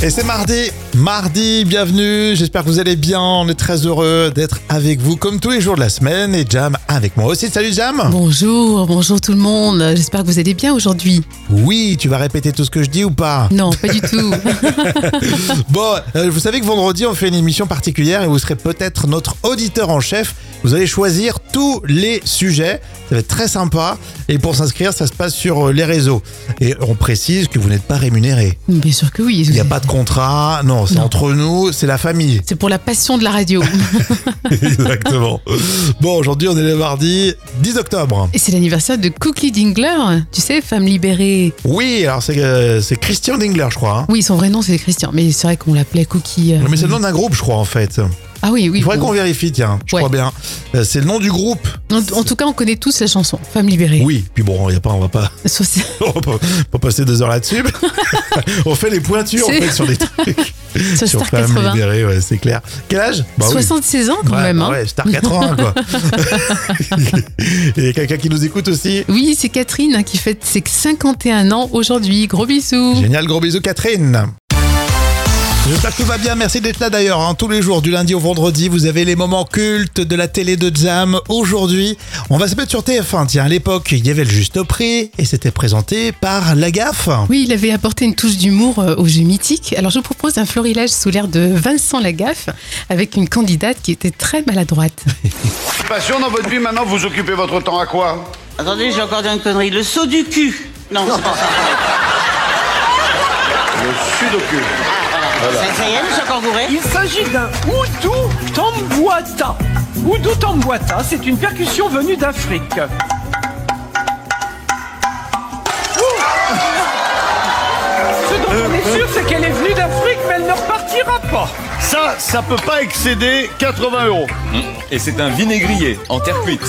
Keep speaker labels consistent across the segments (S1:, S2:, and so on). S1: Et c'est mardi, mardi, bienvenue, j'espère que vous allez bien, on est très heureux d'être avec vous comme tous les jours de la semaine et Jam avec moi aussi, salut Jam
S2: Bonjour, bonjour tout le monde. J'espère que vous allez bien aujourd'hui.
S1: Oui, tu vas répéter tout ce que je dis ou pas
S2: Non, pas du tout.
S1: Bon, euh, vous savez que vendredi on fait une émission particulière et vous serez peut-être notre auditeur en chef, vous allez choisir tous les sujets, ça va être très sympa et pour s'inscrire ça se passe sur euh, les réseaux et on précise que vous n'êtes pas rémunéré,
S2: Bien sûr que oui.
S1: il n'y a pas de contrat, non c'est
S2: Non.
S1: entre nous, c'est la famille.
S2: C'est pour la passion de la radio.
S1: Exactement. Bon, aujourd'hui, on est le mardi 10 octobre.
S2: Et c'est l'anniversaire de Cookie Dingler, tu sais, femme libérée.
S1: Oui, alors c'est euh, c'est Christian Dingler, je crois. hein.
S2: Oui, son vrai nom c'est Christian, mais c'est vrai qu'on l'appelait Cookie. euh,
S1: Mais c'est le nom d'un groupe, je crois, en fait.
S2: Ah oui, oui.
S1: Il faudrait
S2: bon.
S1: qu'on vérifie, tiens. Je
S2: Ouais.
S1: crois bien. Euh, C'est le nom du groupe.
S2: en, en tout cas, on connaît tous la chanson, femme libérée.
S1: Oui, puis bon, y a pas, on va pas,
S2: Soit c'est-
S1: on va pas- pas passer deux heures là-dessus. on fait les pointures, en
S2: C'est-
S1: fait, sur les trucs.
S2: soit
S1: sur
S2: Star
S1: Femme
S2: 80.
S1: Libérée, ouais, c'est clair. Quel âge Bah oui.
S2: 76 ans quand
S1: Ouais,
S2: même.
S1: bah
S2: hein.
S1: ouais, Star 80, quoi. Il y a quelqu'un qui nous écoute aussi.
S2: Oui, c'est Catherine hein, qui fête ses 51 ans aujourd'hui. Gros bisous.
S1: Génial, gros bisous Catherine. J'espère que tout va bien, merci d'être là d'ailleurs. hein. Tous les jours, du lundi au vendredi, vous avez les moments cultes de la télé de Jam. Aujourd'hui, on va se mettre sur TF1. Tiens, à l'époque, il y avait le juste prix et c'était présenté par La Gaffe.
S2: Oui, il avait apporté une touche d'humour euh, au jeu mythique. Alors je vous propose un florilège sous l'air de Vincent Lagaffe avec une candidate qui était très maladroite.
S3: Pas sûr dans votre vie maintenant, vous occupez votre temps à quoi
S4: Attendez, j'ai encore dit une connerie. Le saut du cul. Non, c'est pas ça.
S3: Le sudoku.
S4: Ça- Ça y est, je suis encore gouré.
S5: Il s'agit d'un Oudou Tambuata. Oudou Tambuata, c'est une percussion venue d'Afrique. Ouh Ce dont on est sûr, c'est qu'elle est venue d'Afrique, mais elle ne repartira pas.
S3: Ça, ça peut pas excéder 80 euros.
S6: Et c'est un vinaigrier en terre cuite.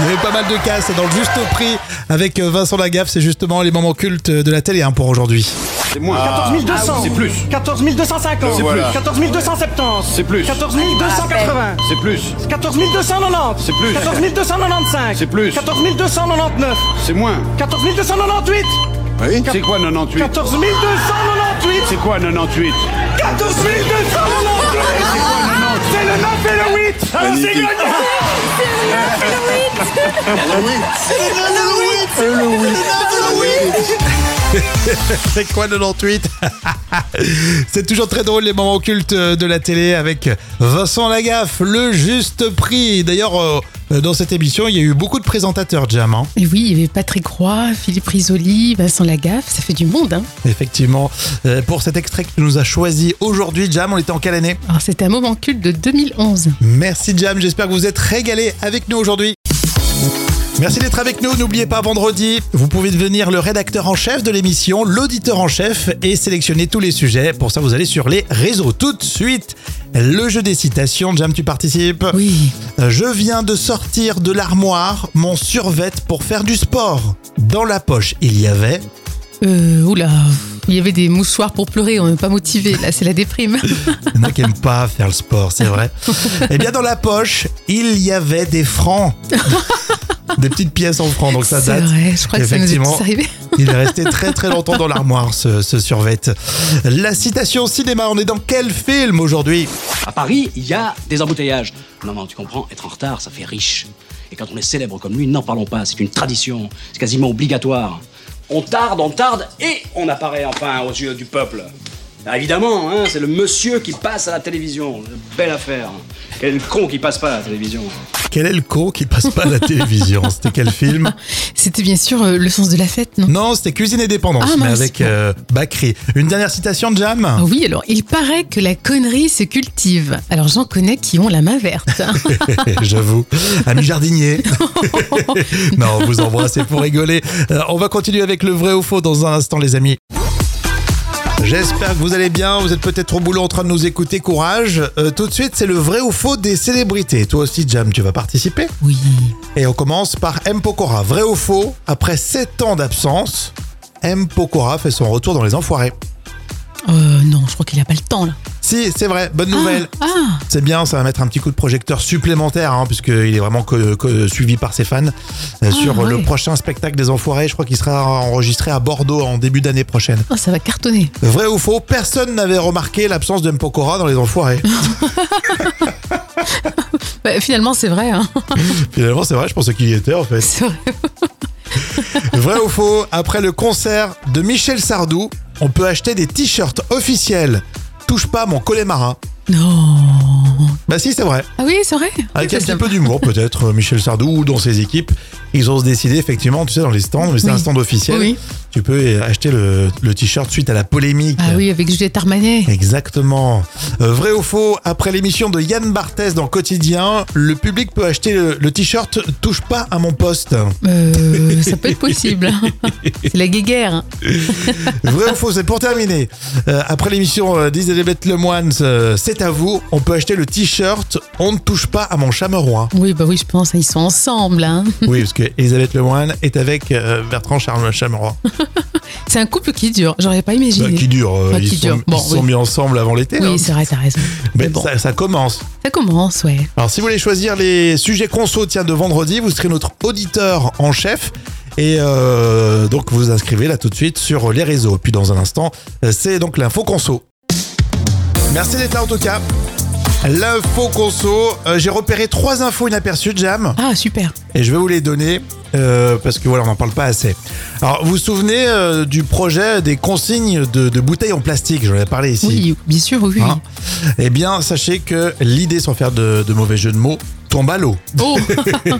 S1: Il y avait pas mal de cas, c'est dans le juste prix avec euh, Vincent Lagaffe. C'est justement les moments cultes de la télé hein, pour aujourd'hui.
S3: C'est moins.
S7: 14 200.
S3: Ah, c'est plus.
S7: 14 250.
S3: C'est plus.
S7: 14 270.
S3: C'est plus.
S7: 14 280.
S3: C'est plus.
S7: 14 290.
S3: C'est plus.
S7: 14 295.
S3: C'est plus.
S7: 14 299.
S3: C'est moins.
S7: 14 298.
S3: Oui. C'est quoi 98
S7: 14 298.
S3: C'est quoi 98
S7: 14 298. C'est le 9 et le 8. Alors c'est gagné.
S1: C'est quoi 98 C'est toujours très drôle les moments cultes euh, de la télé avec Vincent Lagaffe, le juste prix. D'ailleurs, euh, dans cette émission, il y a eu beaucoup de présentateurs, Jam. hein.
S2: Et oui, il y avait Patrick Roy, Philippe Risoli, Vincent Lagaffe, ça fait du monde. Hein
S1: Effectivement. Euh, pour cet extrait que tu nous as choisi aujourd'hui, Jam, on était en quelle année
S2: Alors c'était un moment culte de 2011.
S1: Merci Jam, j'espère que vous êtes régalés avec nous aujourd'hui. Merci d'être avec nous. N'oubliez pas, vendredi, vous pouvez devenir le rédacteur en chef de l'émission, l'auditeur en chef et sélectionner tous les sujets. Pour ça, vous allez sur les réseaux tout de suite. Le jeu des citations. Jam, tu participes
S2: Oui,
S1: Euh, Je viens de sortir de l'armoire mon survêt pour faire du sport. Dans la poche, il y avait.
S2: euh, oula, il y avait des mouchoirs pour pleurer, on n'est pas motivé, là c'est la déprime.
S1: Il y en a qui aiment pas faire le sport, c'est vrai. Eh bien, dans la poche, il y avait des francs. Des petites pièces en francs, donc ça
S2: c'est
S1: date.
S2: vrai, je crois que ça nous est
S1: Effectivement.
S2: tous arrivé.
S1: Il est resté très très longtemps dans l'armoire, ce, ce survêt. La citation cinéma, on est dans quel film aujourd'hui
S8: À Paris, il y a des embouteillages. Non, non, tu comprends, être en retard, ça fait riche. Et quand on est célèbre comme lui, n'en parlons pas, c'est une tradition, c'est quasiment obligatoire. On tarde, on tarde, et on apparaît enfin aux yeux du peuple. Ah, évidemment, hein, c'est le monsieur qui passe à la télévision. Belle affaire. Quel con qui passe pas à la télévision.
S1: Quel est le con qui passe pas à la télévision C'était quel film
S2: C'était bien sûr euh, le sens de la fête, non
S1: Non, c'était Cuisine et Dépendance,
S2: Ah,
S1: mais
S2: mince.
S1: avec euh, Bakri. Une dernière citation, Jam
S2: Ah oui, alors il paraît que la connerie se cultive. Alors j'en connais qui ont la main verte.
S1: J'avoue. Ami jardinier. non, on vous embrasse et pour rigoler. Euh, on va continuer avec le vrai ou faux dans un instant, les amis. J'espère que vous allez bien. Vous êtes peut-être au boulot en train de nous écouter. Courage. Euh, tout de suite, c'est le vrai ou faux des célébrités. Toi aussi, Jam, tu vas participer.
S2: Oui.
S1: Et on commence par M. Pokora. Vrai ou faux Après 7 ans d'absence, M. Pokora fait son retour dans les enfoirés.
S2: Euh, non, je crois qu'il a pas le temps là.
S1: Si, c'est vrai, bonne nouvelle.
S2: Ah,
S1: C'est bien, ça va mettre un petit coup de projecteur supplémentaire, hein, puisqu'il est vraiment que, que suivi par ses fans, euh, sur
S2: Ah, ouais.
S1: le prochain spectacle des Enfoirés. Je crois qu'il sera enregistré à Bordeaux en début d'année prochaine.
S2: oh, ça va cartonner.
S1: Vrai ou faux, personne n'avait remarqué l'absence de Mpokora dans les Enfoirés.
S2: Bah, finalement, c'est vrai. hein.
S1: Finalement, c'est vrai, je pensais qu'il y était en fait.
S2: C'est vrai.
S1: Vrai ou faux, après le concert de Michel Sardou, on peut acheter des t-shirts officiels. Touche pas mon collet marin.
S2: Non.
S1: Bah si, c'est vrai.
S2: Ah oui, c'est vrai.
S1: Avec
S2: Oui,
S1: un
S2: ça-
S1: petit peu d'humour peut-être, euh, Michel Sardou ou dans ses équipes, ils osent décider effectivement, tu sais, dans les stands, mais c'est
S2: Oui.
S1: un stand officiel.
S2: Oui.
S1: Tu peux euh, acheter le, le t-shirt suite à la polémique.
S2: Ah oui, avec Juliette Armanet.
S1: Exactement. Euh, vrai ou faux, après l'émission de Yann Barthès dans Quotidien, le public peut acheter le, le t-shirt Touche pas à mon poste.
S2: Euh, ça peut être possible. c'est la guéguerre.
S1: Vrai ou faux, c'est pour terminer. Euh, après l'émission euh, d'Elisabeth Lemoine, euh, c'est à vous, on peut acheter le t-shirt On ne touche pas à mon chamerois.
S2: Oui, bah oui, je pense, ils sont ensemble. hein.
S1: Oui, parce que Elisabeth Lemoine est avec euh, Bertrand Charles Chamerois.
S2: C'est un couple qui dure, j'aurais pas imaginé.
S1: Bah, qui dure, euh,
S2: Bah,
S1: ils
S2: qui
S1: sont,
S2: dure.
S1: ils
S2: Bon,
S1: se sont
S2: oui.
S1: mis ensemble avant l'été. hein.
S2: Oui, c'est vrai, t'as raison.
S1: Mais
S2: Mais bon, ça...
S1: ça, ça commence.
S2: commence, ouais.
S1: Alors, si vous voulez choisir les sujets conso, tiens, de vendredi, vous serez notre auditeur en chef. Et euh, donc, vous vous inscrivez là tout de suite sur les réseaux. Puis, dans un instant, euh, c'est donc l'info conso. Merci d'être là en tout cas. L'info conso, euh, j'ai repéré trois infos inaperçues, Jam,
S2: Ah, super.
S1: et je vais vous les donner euh, parce que voilà, on n'en parle pas assez. Alors, vous vous souvenez euh, du projet des consignes de, de bouteilles en plastique J'en ai parlé ici.
S2: Oui, bien sûr, oui. oui.
S1: Hein eh bien, sachez que l'idée, sans faire de, de mauvais jeu de mots, tombe à l'eau.
S2: Oh,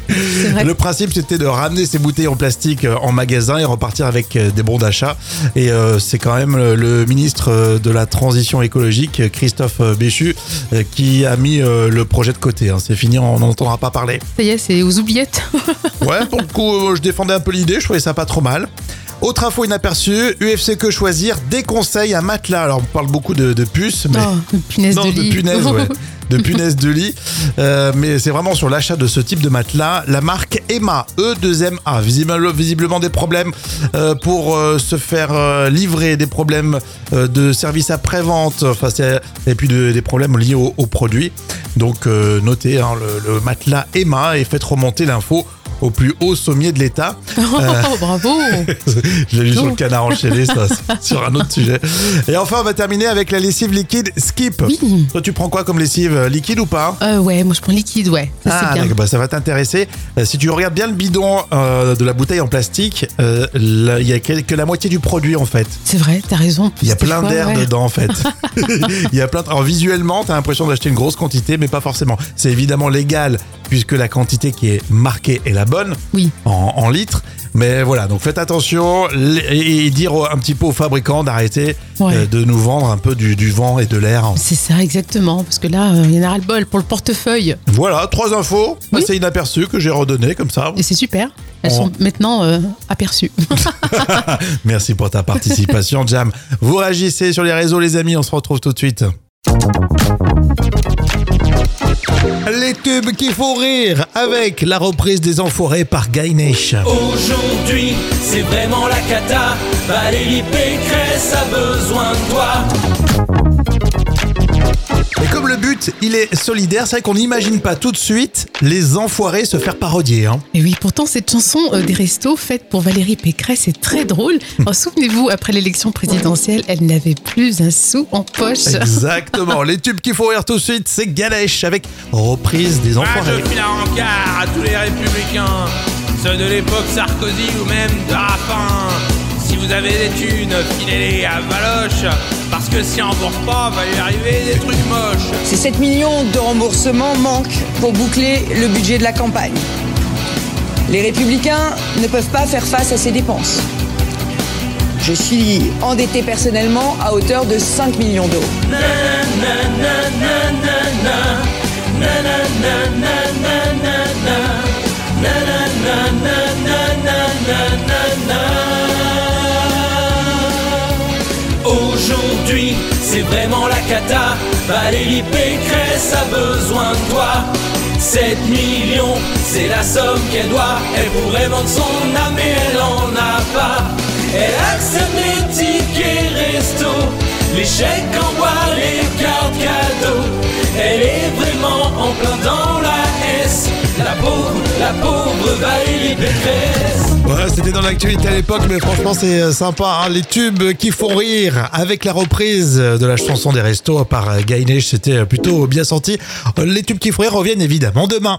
S2: c'est vrai.
S1: Le principe, c'était de ramener ces bouteilles en plastique euh, en magasin et repartir avec euh, des bons d'achat. Et euh, c'est quand même le, le ministre euh, de la Transition écologique, euh, Christophe euh, Béchu, euh, qui a mis euh, le projet de côté. hein. C'est fini, on n'en entendra pas parler.
S2: Ça y est, c'est aux oubliettes.
S1: Ouais, pour le coup, euh, je défendais un peu l'idée, je trouvais ça pas trop mal. Autre info inaperçue, UFC Que Choisir déconseille un matelas. Alors, on parle beaucoup de, de puces, mais...
S2: Oh, punaise
S1: Non,
S2: de lit.
S1: punaises, ouais. De punaises de lit. Euh, mais c'est vraiment sur l'achat de ce type de matelas. La marque Emma, E E2MA, visiblement, visiblement des problèmes euh, pour euh, se faire euh, livrer, des problèmes euh, de service après-vente, enfin, c'est- et puis de- des problèmes liés au, au produit. Donc euh, notez hein, le, le matelas Emma et faites remonter l'info au plus haut sommier de l'État.
S2: Oh, bravo.
S1: Je l'ai lu sur
S2: Oh.
S1: le canard enchaîné, ça, c'est sur un autre sujet. Et enfin, on va terminer avec la lessive liquide Skip.
S2: Oui.
S1: Toi, tu prends quoi comme lessive euh, Liquide ou pas
S2: Euh, ouais, moi je prends liquide, ouais. Ça, c'est bien.
S1: d'accord, bah, ça va t'intéresser. Euh, si tu regardes bien le bidon euh, de la bouteille en plastique, euh, là, il y a que, que la moitié du produit en fait.
S2: C'est vrai, t'as raison. en plus,
S1: Il y a
S2: des
S1: plein
S2: fois,
S1: d'air
S2: ouais.
S1: dedans en fait. il y a plein. de- Alors visuellement, t'as l'impression d'acheter une grosse quantité, mais pas forcément. C'est évidemment légal puisque la quantité qui est marquée est la bonne
S2: Oui.
S1: en, en litres. Mais voilà, donc faites attention les- et et dire au- un petit peu aux fabricants d'arrêter
S2: Ouais.
S1: euh, de nous vendre un peu du, du vent et de l'air.
S2: C'est ça, exactement. Parce que là, euh, il y en a ras-le-bol pour le portefeuille.
S1: Voilà, trois infos
S2: Oui.
S1: assez inaperçues que j'ai redonnées comme ça.
S2: Et c'est super. Elles
S1: On-
S2: sont maintenant euh, aperçues.
S1: Merci pour ta participation, Jam. Vous réagissez sur les réseaux, les amis. On se retrouve tout de suite. Les tubes qui font rire avec la reprise des Enfoirés par Gaïnesh.
S9: Aujourd'hui, c'est vraiment la cata. Valérie Pécresse a besoin de toi.
S1: Et comme le but, il est solidaire, c'est vrai qu'on n'imagine pas tout de suite les Enfoirés se faire parodier. hein.
S2: Et oui, pourtant, cette chanson euh, des restos faite pour Valérie Pécresse est très drôle. Oh, Souvenez-vous, après l'élection présidentielle, elle n'avait plus un sou en poche.
S1: Exactement. les tubes qui font rire tout de suite, c'est Ganesh avec reprise des
S9: Ah,
S1: Enfoirés.
S9: je file un rencard à tous les républicains, ceux de l'époque Sarkozy ou même de Rapin. Si vous avez des thunes, filez-les à Valoche, parce que si on rembourse pas, va lui arriver des trucs moches.
S10: Ces 7 millions de remboursements manquent pour boucler le budget de la campagne. Les républicains ne peuvent pas faire face à ces dépenses. Je suis endetté personnellement à hauteur de 5 millions d'euros.
S9: Aujourd'hui, c'est vraiment la cata. Valérie Pécresse a besoin de toi. 7 millions, c'est la somme qu'elle doit. Elle pourrait vendre son âme, mais elle en a pas. Elle accepte les tickets resto.
S7: les chèques en bois, les cartes cadeaux. Elle est vraiment en plein dans la S. La pauvre, la pauvre Valérie Pécresse.
S1: Ouais, c'était dans l'actualité à l'époque, mais franchement, c'est euh, sympa. hein. Les tubes qui font rire avec la reprise de la chanson des restos par euh, Gaïnesh, c'était euh, plutôt bien senti. Euh, Les tubes qui font rire reviennent évidemment demain.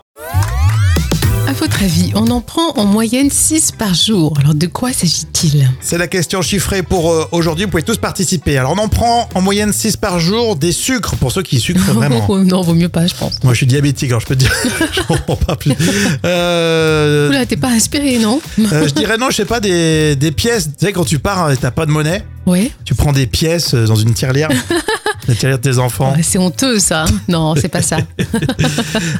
S2: À votre avis, on en prend en moyenne 6 par jour. Alors de quoi s'agit-il
S1: C'est la question chiffrée pour euh, aujourd'hui. Vous pouvez tous participer. Alors, on en prend en moyenne 6 par jour des sucres pour ceux qui sucrent vraiment.
S2: Oh, Non, vaut mieux pas, je pense.
S1: Moi, je suis diabétique, alors je peux te dire, je comprends pas plus. Euh,
S2: Oula, t'es pas inspiré, non
S1: euh, je dirais non, je sais pas, des, des pièces. Tu sais, quand tu pars, euh, t'as pas de monnaie,
S2: Ouais.
S1: tu prends des pièces euh, dans une tirelire, la tirelire de tes enfants.
S2: Ouais, Bah, C'est honteux, ça. hein. Non, c'est pas ça.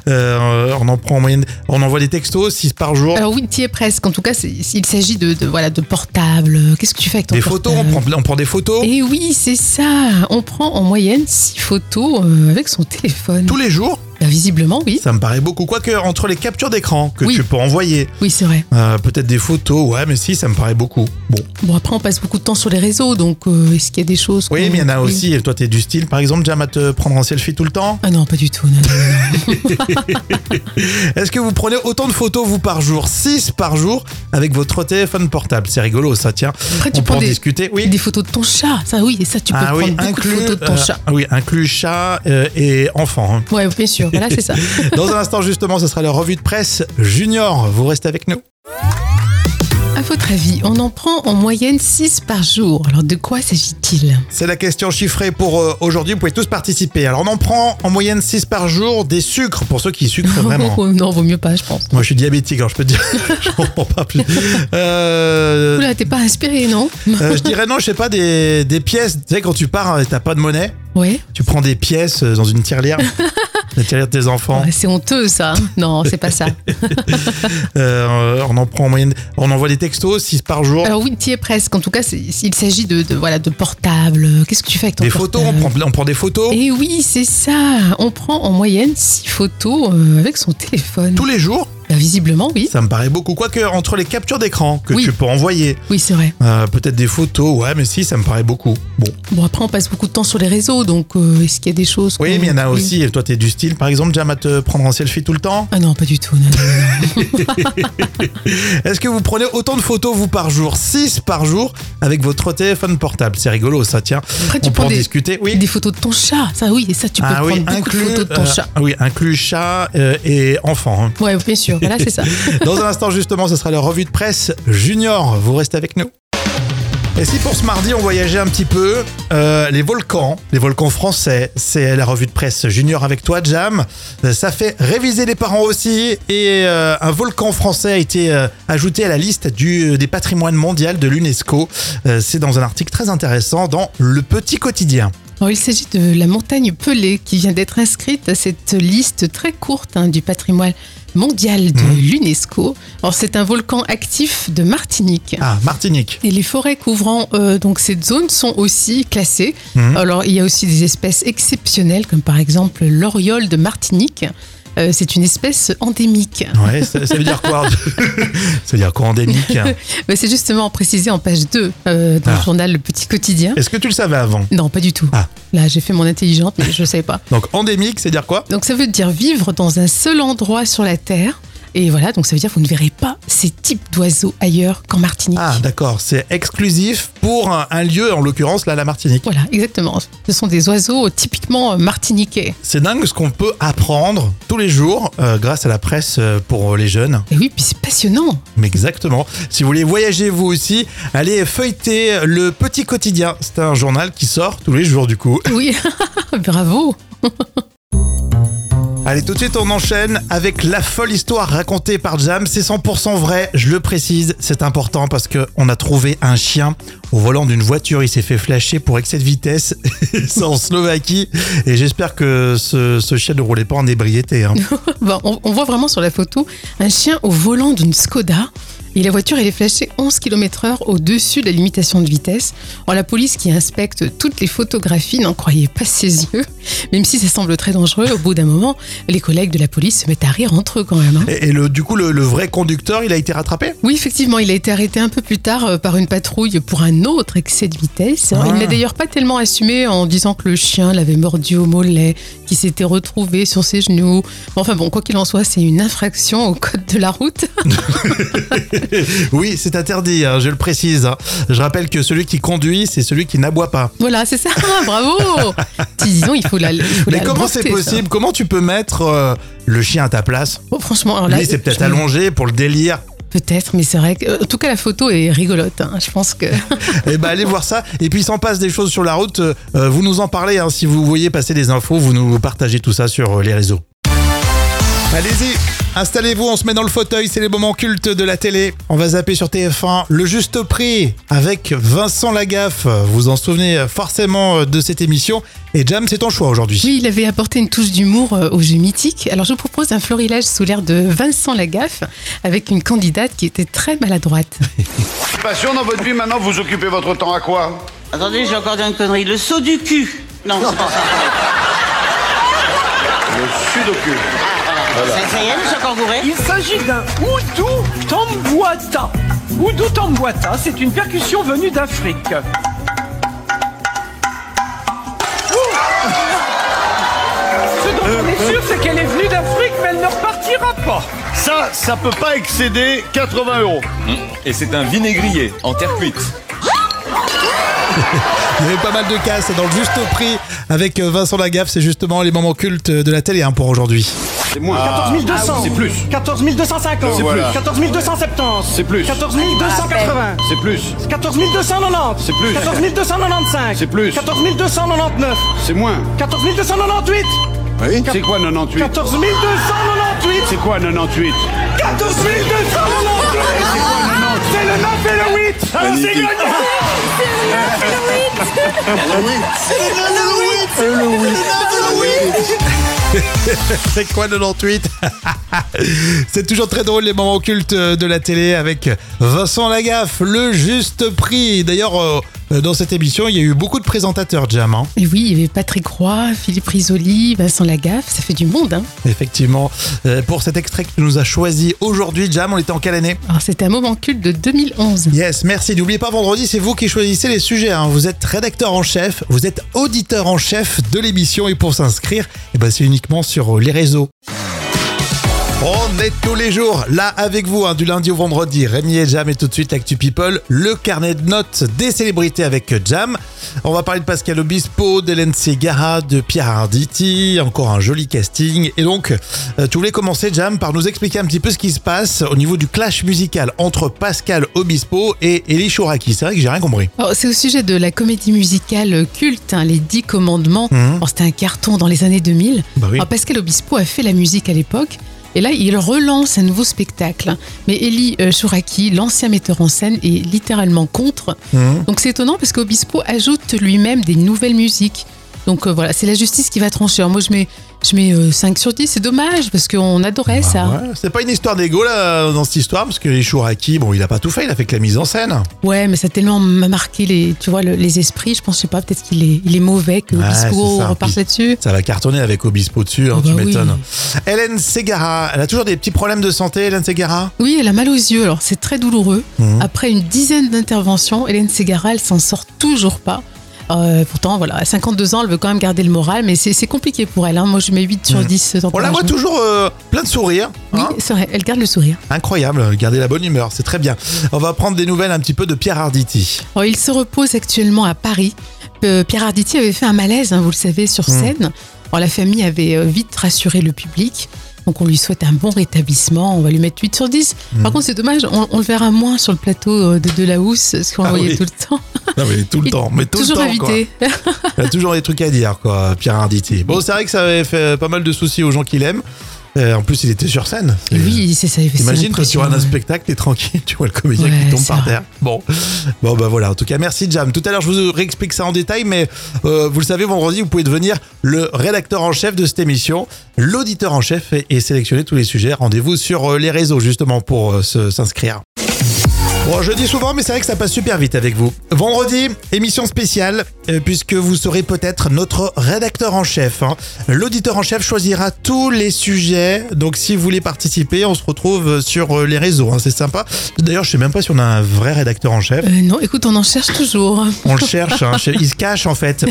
S1: Euh, on en prend en moyenne, on envoie des textos 6 par jour.
S2: Alors oui, t'y es presque. En tout cas, c'est- il s'agit de, de- voilà de portable. Qu'est-ce que tu fais avec ton
S1: Des photos, on
S2: portable
S1: prend, on prend des photos
S2: Et oui, c'est ça. On prend en moyenne 6 photos euh, avec son téléphone.
S1: tous les jours.
S2: Bah, visiblement, oui.
S1: Ça me paraît beaucoup. Quoique, entre les captures d'écran que
S2: Oui.
S1: tu peux envoyer,
S2: Oui, c'est vrai.
S1: euh, peut-être des photos, ouais, mais si, ça me paraît beaucoup. Bon.
S2: Bon, après, on passe beaucoup de temps sur les réseaux, donc euh, est-ce qu'il y a des choses
S1: Oui,
S2: qu'on-
S1: mais il y en a aussi, et toi, t'es du style, par exemple, Jam, à te prendre en selfie tout le temps.
S2: Ah non, pas du tout. non, non, non.
S1: Est-ce que vous prenez autant de photos, vous, par jour 6 par jour avec votre téléphone portable C'est rigolo, ça, tiens.
S2: Après, tu
S1: on peut
S2: prends
S1: en
S2: des-
S1: discuter. Oui.
S2: Des photos de ton chat, ça oui, et ça tu peux
S1: ah
S2: prendre
S1: oui,
S2: beaucoup
S1: inclus,
S2: de photos de ton
S1: euh,
S2: chat.
S1: oui, inclus chat euh, et enfant. hein.
S2: Ouais, bien sûr, voilà, c'est ça.
S1: Dans un instant, justement, ce sera la revue de presse junior. Vous restez avec nous.
S2: À votre avis, on en prend en moyenne 6 par jour. Alors de quoi s'agit-il
S1: C'est la question chiffrée pour euh, aujourd'hui. Vous pouvez tous participer. Alors, on en prend en moyenne 6 par jour des sucres pour ceux qui sucrent vraiment.
S2: Oh, Non, vaut mieux pas, je pense.
S1: Moi, je suis diabétique, alors je peux te dire, je comprends pas plus. Euh,
S2: Oula, t'es pas inspiré, non
S1: euh, je dirais non, je sais pas, des, des pièces. Tu sais, quand tu pars, euh, t'as pas de monnaie,
S2: Ouais.
S1: tu prends des pièces euh, dans une tirelire, la tirelire de tes enfants.
S2: Ouais, Ah, C'est honteux, ça. Non, c'est pas ça.
S1: Euh, on en prend en moyenne, on envoie des textos 6 par jour.
S2: Alors oui, tu es presque. En tout cas, c'est- il s'agit de, de- voilà de portable. Qu'est-ce que tu fais avec ton
S1: Des photos,
S2: portable
S1: on prend, on prend des photos
S2: Et oui, c'est ça. On prend en moyenne 6 photos euh, avec son téléphone.
S1: tous les jours.
S2: Bah, visiblement, oui.
S1: Ça me paraît beaucoup. Quoique, entre les captures d'écran que
S2: Oui.
S1: tu peux envoyer,
S2: Oui, c'est vrai.
S1: euh, peut-être des photos, ouais, mais si, ça me paraît beaucoup. Bon.
S2: Bon, après, on passe beaucoup de temps sur les réseaux, donc euh, est-ce qu'il y a des choses
S1: Oui,
S2: qu'on-
S1: mais il y en a aussi, et toi, t'es du style, par exemple, Jam, à te prendre en selfie tout le temps.
S2: Ah non, pas du tout. non, non, non.
S1: Est-ce que vous prenez autant de photos, vous, par jour 6 par jour avec votre téléphone portable C'est rigolo, ça, tiens.
S2: Après,
S1: on
S2: tu
S1: peut
S2: prends
S1: en
S2: des-
S1: discuter. Oui.
S2: Des photos de ton chat, ça oui, et ça tu peux
S1: Ah
S2: prendre
S1: oui,
S2: beaucoup
S1: inclus,
S2: de photos de ton
S1: euh,
S2: chat.
S1: ah oui, inclus chat euh, et enfant. hein.
S2: Ouais, bien sûr, voilà, c'est ça.
S1: Dans un instant, justement, ce sera la revue de presse junior. Vous restez avec nous. Et si pour ce mardi, on voyageait un petit peu, euh, les volcans, les volcans français, c'est la revue de presse junior avec toi, Jam. Euh, Ça fait réviser les parents aussi. Et euh, un volcan français a été euh, ajouté à la liste du, euh, des patrimoines mondial de l'UNESCO. Euh, c'est dans un article très intéressant dans Le Petit Quotidien.
S2: Alors, il s'agit de la montagne Pelée qui vient d'être inscrite à cette liste très courte hein, du patrimoine mondial de
S1: Mmh.
S2: l'UNESCO. Alors c'est un volcan actif de Martinique.
S1: Ah, Martinique.
S2: Et les forêts couvrant euh, donc cette zone sont aussi classées.
S1: Mhm.
S2: Alors il y a aussi des espèces exceptionnelles comme par exemple l'oriole de Martinique. Euh, c'est une espèce endémique.
S1: Ouais, ça, ça veut dire quoi Ça veut dire quoi, endémique hein
S2: Mais c'est justement précisé en page 2 euh, dans
S1: Ah.
S2: le journal Le Petit Quotidien.
S1: Est-ce que tu le savais avant
S2: Non, pas du tout.
S1: Ah.
S2: Là, j'ai fait mon intelligente, mais je ne savais pas.
S1: Donc, endémique, c'est dire quoi
S2: Donc ça veut dire vivre dans un seul endroit sur la Terre. Et voilà, donc ça veut dire que vous ne verrez pas ces types d'oiseaux ailleurs qu'en Martinique.
S1: Ah, d'accord, c'est exclusif pour un, un lieu, en l'occurrence là, la Martinique.
S2: Voilà, exactement. Ce sont des oiseaux typiquement euh, martiniquais.
S1: C'est dingue ce qu'on peut apprendre tous les jours euh, grâce à la presse euh, pour les jeunes.
S2: Et oui, puis c'est passionnant.
S1: Mais exactement. Si vous voulez voyager vous aussi, allez feuilleter le Petit Quotidien. C'est un journal qui sort tous les jours du coup.
S2: Oui, bravo.
S1: Allez, tout de suite, on enchaîne avec la folle histoire racontée par Jam. C'est 100% vrai, je le précise, c'est important parce que on a trouvé un chien au volant d'une voiture. Il s'est fait flasher pour excès de vitesse. C'est en Slovaquie. Et j'espère que ce, ce chien ne roulait pas en ébriété. hein.
S2: Bah, Bon, on, on voit vraiment sur la photo un chien au volant d'une Skoda. Et la voiture, elle est flashée 11 km/h au-dessus de la limitation de vitesse. Or, la police qui inspecte toutes les photographies n'en croyait pas ses yeux. Même si ça semble très dangereux, au bout d'un moment, les collègues de la police se mettent à rire entre eux quand même. hein.
S1: Et, et le, du coup, le, le vrai conducteur, il a été rattrapé
S2: Oui, effectivement, il a été arrêté un peu plus tard euh, par une patrouille pour un autre excès de vitesse. hein.
S1: Ah.
S2: Il n'a d'ailleurs pas tellement assumé en disant que le chien l'avait mordu au mollet, qu'il s'était retrouvé sur ses genoux. Bon, Enfin bon, quoi qu'il en soit, c'est une infraction au code de la route.
S1: Oui, c'est interdit, hein, je le précise. hein. Je rappelle que celui qui conduit, c'est celui qui n'aboie pas.
S2: voilà, c'est ça, bravo Dis- Disons, il faut la. il faut
S1: Mais
S2: la
S1: comment
S2: breveter,
S1: c'est
S2: ça.
S1: possible Comment tu peux mettre euh, le chien à ta place
S2: Oh, Franchement, alors là.
S1: Lui, c'est
S2: je-
S1: peut-être allongé pour le délire.
S2: Peut-être, mais c'est vrai que. euh, En tout cas, la photo est rigolote. hein. Je pense que.
S1: Eh ben, allez voir ça. Et puis, il s'en passe des choses sur la route. Euh, vous nous en parlez. hein. Si vous voyez passer des infos, vous nous partagez tout ça sur euh, les réseaux. Allez-y, installez-vous. On se met dans le fauteuil. C'est les moments cultes de la télé. On va zapper sur TF1. Le juste prix avec Vincent Lagaffe. Vous en souvenez euh, forcément euh, de cette émission. Et Jam, c'est ton choix aujourd'hui.
S2: Oui, il avait apporté une touche d'humour euh, au jeu mythique. Alors, je vous propose un florilège sous l'air de Vincent Lagaffe avec une candidate qui était très maladroite.
S3: Je suis pas sûr, dans votre vie, maintenant, vous occupez votre temps à quoi
S4: Attendez, j'ai encore dit une connerie. Le saut du cul. Non, c'est pas ça.
S3: Le sud au cul.
S4: Ah, Ça, ça y est, je suis encore gouré.
S5: Il s'agit d'un Udu Tambuata. Udu Tambuata, c'est une percussion venue d'Afrique. Ce dont on est sûr, c'est qu'elle est venue d'Afrique, mais elle ne repartira pas.
S3: Ça, ça peut pas excéder 80 euros.
S6: Et c'est un vinaigrier en terre cuite.
S1: Il y avait pas mal de casses dans le juste prix avec euh, Vincent Lagaffe. C'est justement les moments cultes de la télé hein, pour aujourd'hui.
S3: C'est moins.
S11: 14 200.
S3: Ah. C'est plus.
S11: 14 250.
S3: C'est plus.
S11: 14 270.
S3: C'est plus.
S11: 14 280.
S3: C'est plus.
S11: 14 290.
S3: C'est plus.
S11: 14 295.
S3: C'est plus.
S11: 14 299.
S3: C'est moins.
S11: 14 298.
S3: Oui. C'est quoi 98
S11: 14 298.
S3: C'est quoi 98
S11: 14 298. C'est le 9 et le 8. Alors c'est
S3: Magnifique.
S11: gagné.
S1: C'est quoi 98 C'est toujours très drôle les moments cultes euh, de la télé avec Vincent Lagaffe, le juste prix. D'ailleurs, euh, dans cette émission, il y a eu beaucoup de présentateurs, Jam. hein.
S2: Et oui, il y avait Patrick Roy, Philippe Risoli, Vincent Lagaffe, ça fait du monde. Hein.
S1: Effectivement, Euh, pour cet extrait que tu nous as choisi aujourd'hui, Jam, on était en quelle année
S2: Alors, c'était un moment culte de 2011.
S1: Yes, merci. N'oubliez pas, vendredi, c'est vous qui choisissez les sujets. hein. Vous êtes rédacteur en chef, vous êtes auditeur en chef de l'émission et pour s'inscrire, eh ben, c'est uniquement sur euh, les réseaux. On est tous les jours là avec vous, hein, du lundi au vendredi. Rémi et Jam et tout de suite l'Actu People, le carnet de notes des célébrités avec Jam. On va parler de Pascal Obispo, d'Hélène Segara, de Pierre Arditi, encore un joli casting. Et donc, euh, tu voulais commencer, Jam, par nous expliquer un petit peu ce qui se passe au niveau du clash musical entre Pascal Obispo et Elie Chouraki. C'est vrai que j'ai rien compris.
S2: Alors, c'est au sujet de la comédie musicale culte, hein, Les Dix Commandements.
S1: Mhm.
S2: Alors, c'était un carton dans les années 2000.
S1: Bah oui.
S2: Alors, Pascal Obispo a fait la musique à l'époque. Et là, il relance un nouveau spectacle. Mais Eli euh, Chouraki, l'ancien metteur en scène, est littéralement contre.
S1: Mhm.
S2: Donc c'est étonnant parce qu'Obispo ajoute lui-même des nouvelles musiques. Donc euh, voilà, c'est la justice qui va trancher. Alors, moi, je mets, je mets euh, 5 sur 10, c'est dommage parce qu'on adorait ça.
S1: Bah Ouais, c'est pas une histoire d'ego là dans cette histoire parce que Elie Chouraki, bon, il a pas tout fait, il a fait que la mise en scène.
S2: Ouais, mais ça a tellement m'a marqué les, tu vois, le- les esprits. Je pense, je sais pas, peut-être qu'il est, il est mauvais que
S1: Ouais, c'est
S2: Obispo
S1: ça.
S2: reparte
S1: Puis-
S2: là-dessus.
S1: Ça va cartonner avec Obispo dessus, hein,
S2: Ah
S1: tu
S2: bah oui.
S1: m'étonnes. Hélène Segara, elle a toujours des petits problèmes de santé, Hélène Segara
S2: Oui, elle a mal aux yeux, alors c'est très douloureux.
S1: Mhm.
S2: Après une dizaine d'interventions, Hélène Ségara, elle s'en sort toujours pas. Euh, pourtant, voilà, à 52 ans, elle veut quand même garder le moral, mais c'est c'est compliqué pour elle. hein. Moi, je mets 8 sur
S1: Mhm. On
S2: 10.
S1: la voit
S2: d'encouragement.
S1: toujours euh, plein de sourires. hein.
S2: Oui, c'est vrai, elle garde le sourire.
S1: Incroyable, garder la bonne humeur, c'est très bien. On va prendre des nouvelles un petit peu de Pierre Arditi.
S2: Alors, Oh, il se repose actuellement à Paris. Euh, Pierre Arditi avait fait un malaise, hein, vous le savez, sur
S1: Mhm.
S2: scène. Alors, la famille avait euh, vite rassuré le public. Donc on lui souhaite un bon rétablissement, on va lui mettre 8 sur 10.
S1: Mhm.
S2: Par contre c'est dommage, on, on le verra moins sur le plateau euh, de De La Housse, ce qu'on
S1: Ah
S2: voyait
S1: oui.
S2: tout le temps.
S1: Non mais tout le
S2: Il-
S1: temps, mais tout
S2: toujours
S1: le temps
S2: invité.
S1: quoi. Elle a toujours des trucs à dire quoi, Pierre Arditi. Bon, c'est vrai que ça avait fait pas mal de soucis aux gens qui l'aiment. Euh, en plus, il était sur scène.
S2: Et oui, c'est ça. c'est
S1: Imagine quand tu vois un
S2: impressionnant.
S1: spectacle, t'es tranquille, tu vois le comédien
S2: Ouais,
S1: qui tombe
S2: c'est
S1: par
S2: vrai.
S1: terre. Bon, bon bah voilà. En tout cas, merci Jam. Tout à l'heure, je vous réexplique ça en détail, mais euh, vous le savez, vendredi, vous pouvez devenir le rédacteur en chef de cette émission, l'auditeur en chef et, et sélectionner tous les sujets. Rendez-vous sur euh, les réseaux justement pour euh, se- s'inscrire. Bon, je dis souvent, mais c'est vrai que ça passe super vite avec vous. Vendredi, émission spéciale, euh, puisque vous serez peut-être notre rédacteur en chef. hein. L'auditeur en chef choisira tous les sujets. Donc, si vous voulez participer, on se retrouve sur euh, les réseaux. hein, c'est sympa. D'ailleurs, je sais même pas si on a un vrai rédacteur en chef.
S2: Euh, non, écoute, on en cherche toujours.
S1: On le cherche, hein, chez- il se cache en fait.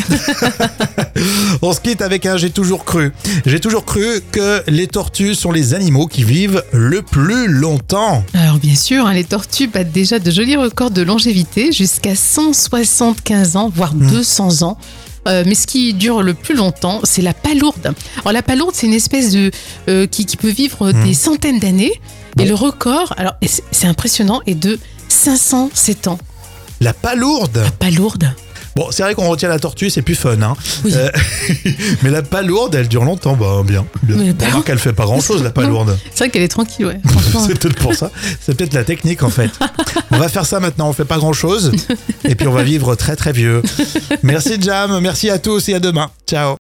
S1: On se quitte avec un j'ai toujours cru. J'ai toujours cru que les tortues sont les animaux qui vivent le plus longtemps.
S2: Alors bien sûr, hein, les tortues battent déjà de jolis records de longévité, jusqu'à 175 ans, voire
S1: Mmh.
S2: 200 ans. Euh, mais ce qui dure le plus longtemps, c'est la palourde. Alors la palourde, c'est une espèce de euh, qui, qui peut vivre
S1: Mmh.
S2: des centaines d'années. Et le record, alors et c'est c'est impressionnant, est de 507 ans.
S1: La palourde.
S2: Pas lourde.
S1: Bon, c'est vrai qu'on retient la tortue, c'est plus fun. Hein. Euh, mais la palourde, elle dure longtemps. Bah, bien. bien.
S2: Mais
S1: On remarque qu'elle fait pas grand chose, la palourde.
S2: C'est vrai qu'elle est tranquille, ouais. franchement.
S1: C'est peut-être pour ça. C'est peut-être la technique en fait. On va faire ça maintenant. On fait pas grand chose. Et puis on va vivre très très vieux. Merci Jam. Merci à tous et à demain. Ciao.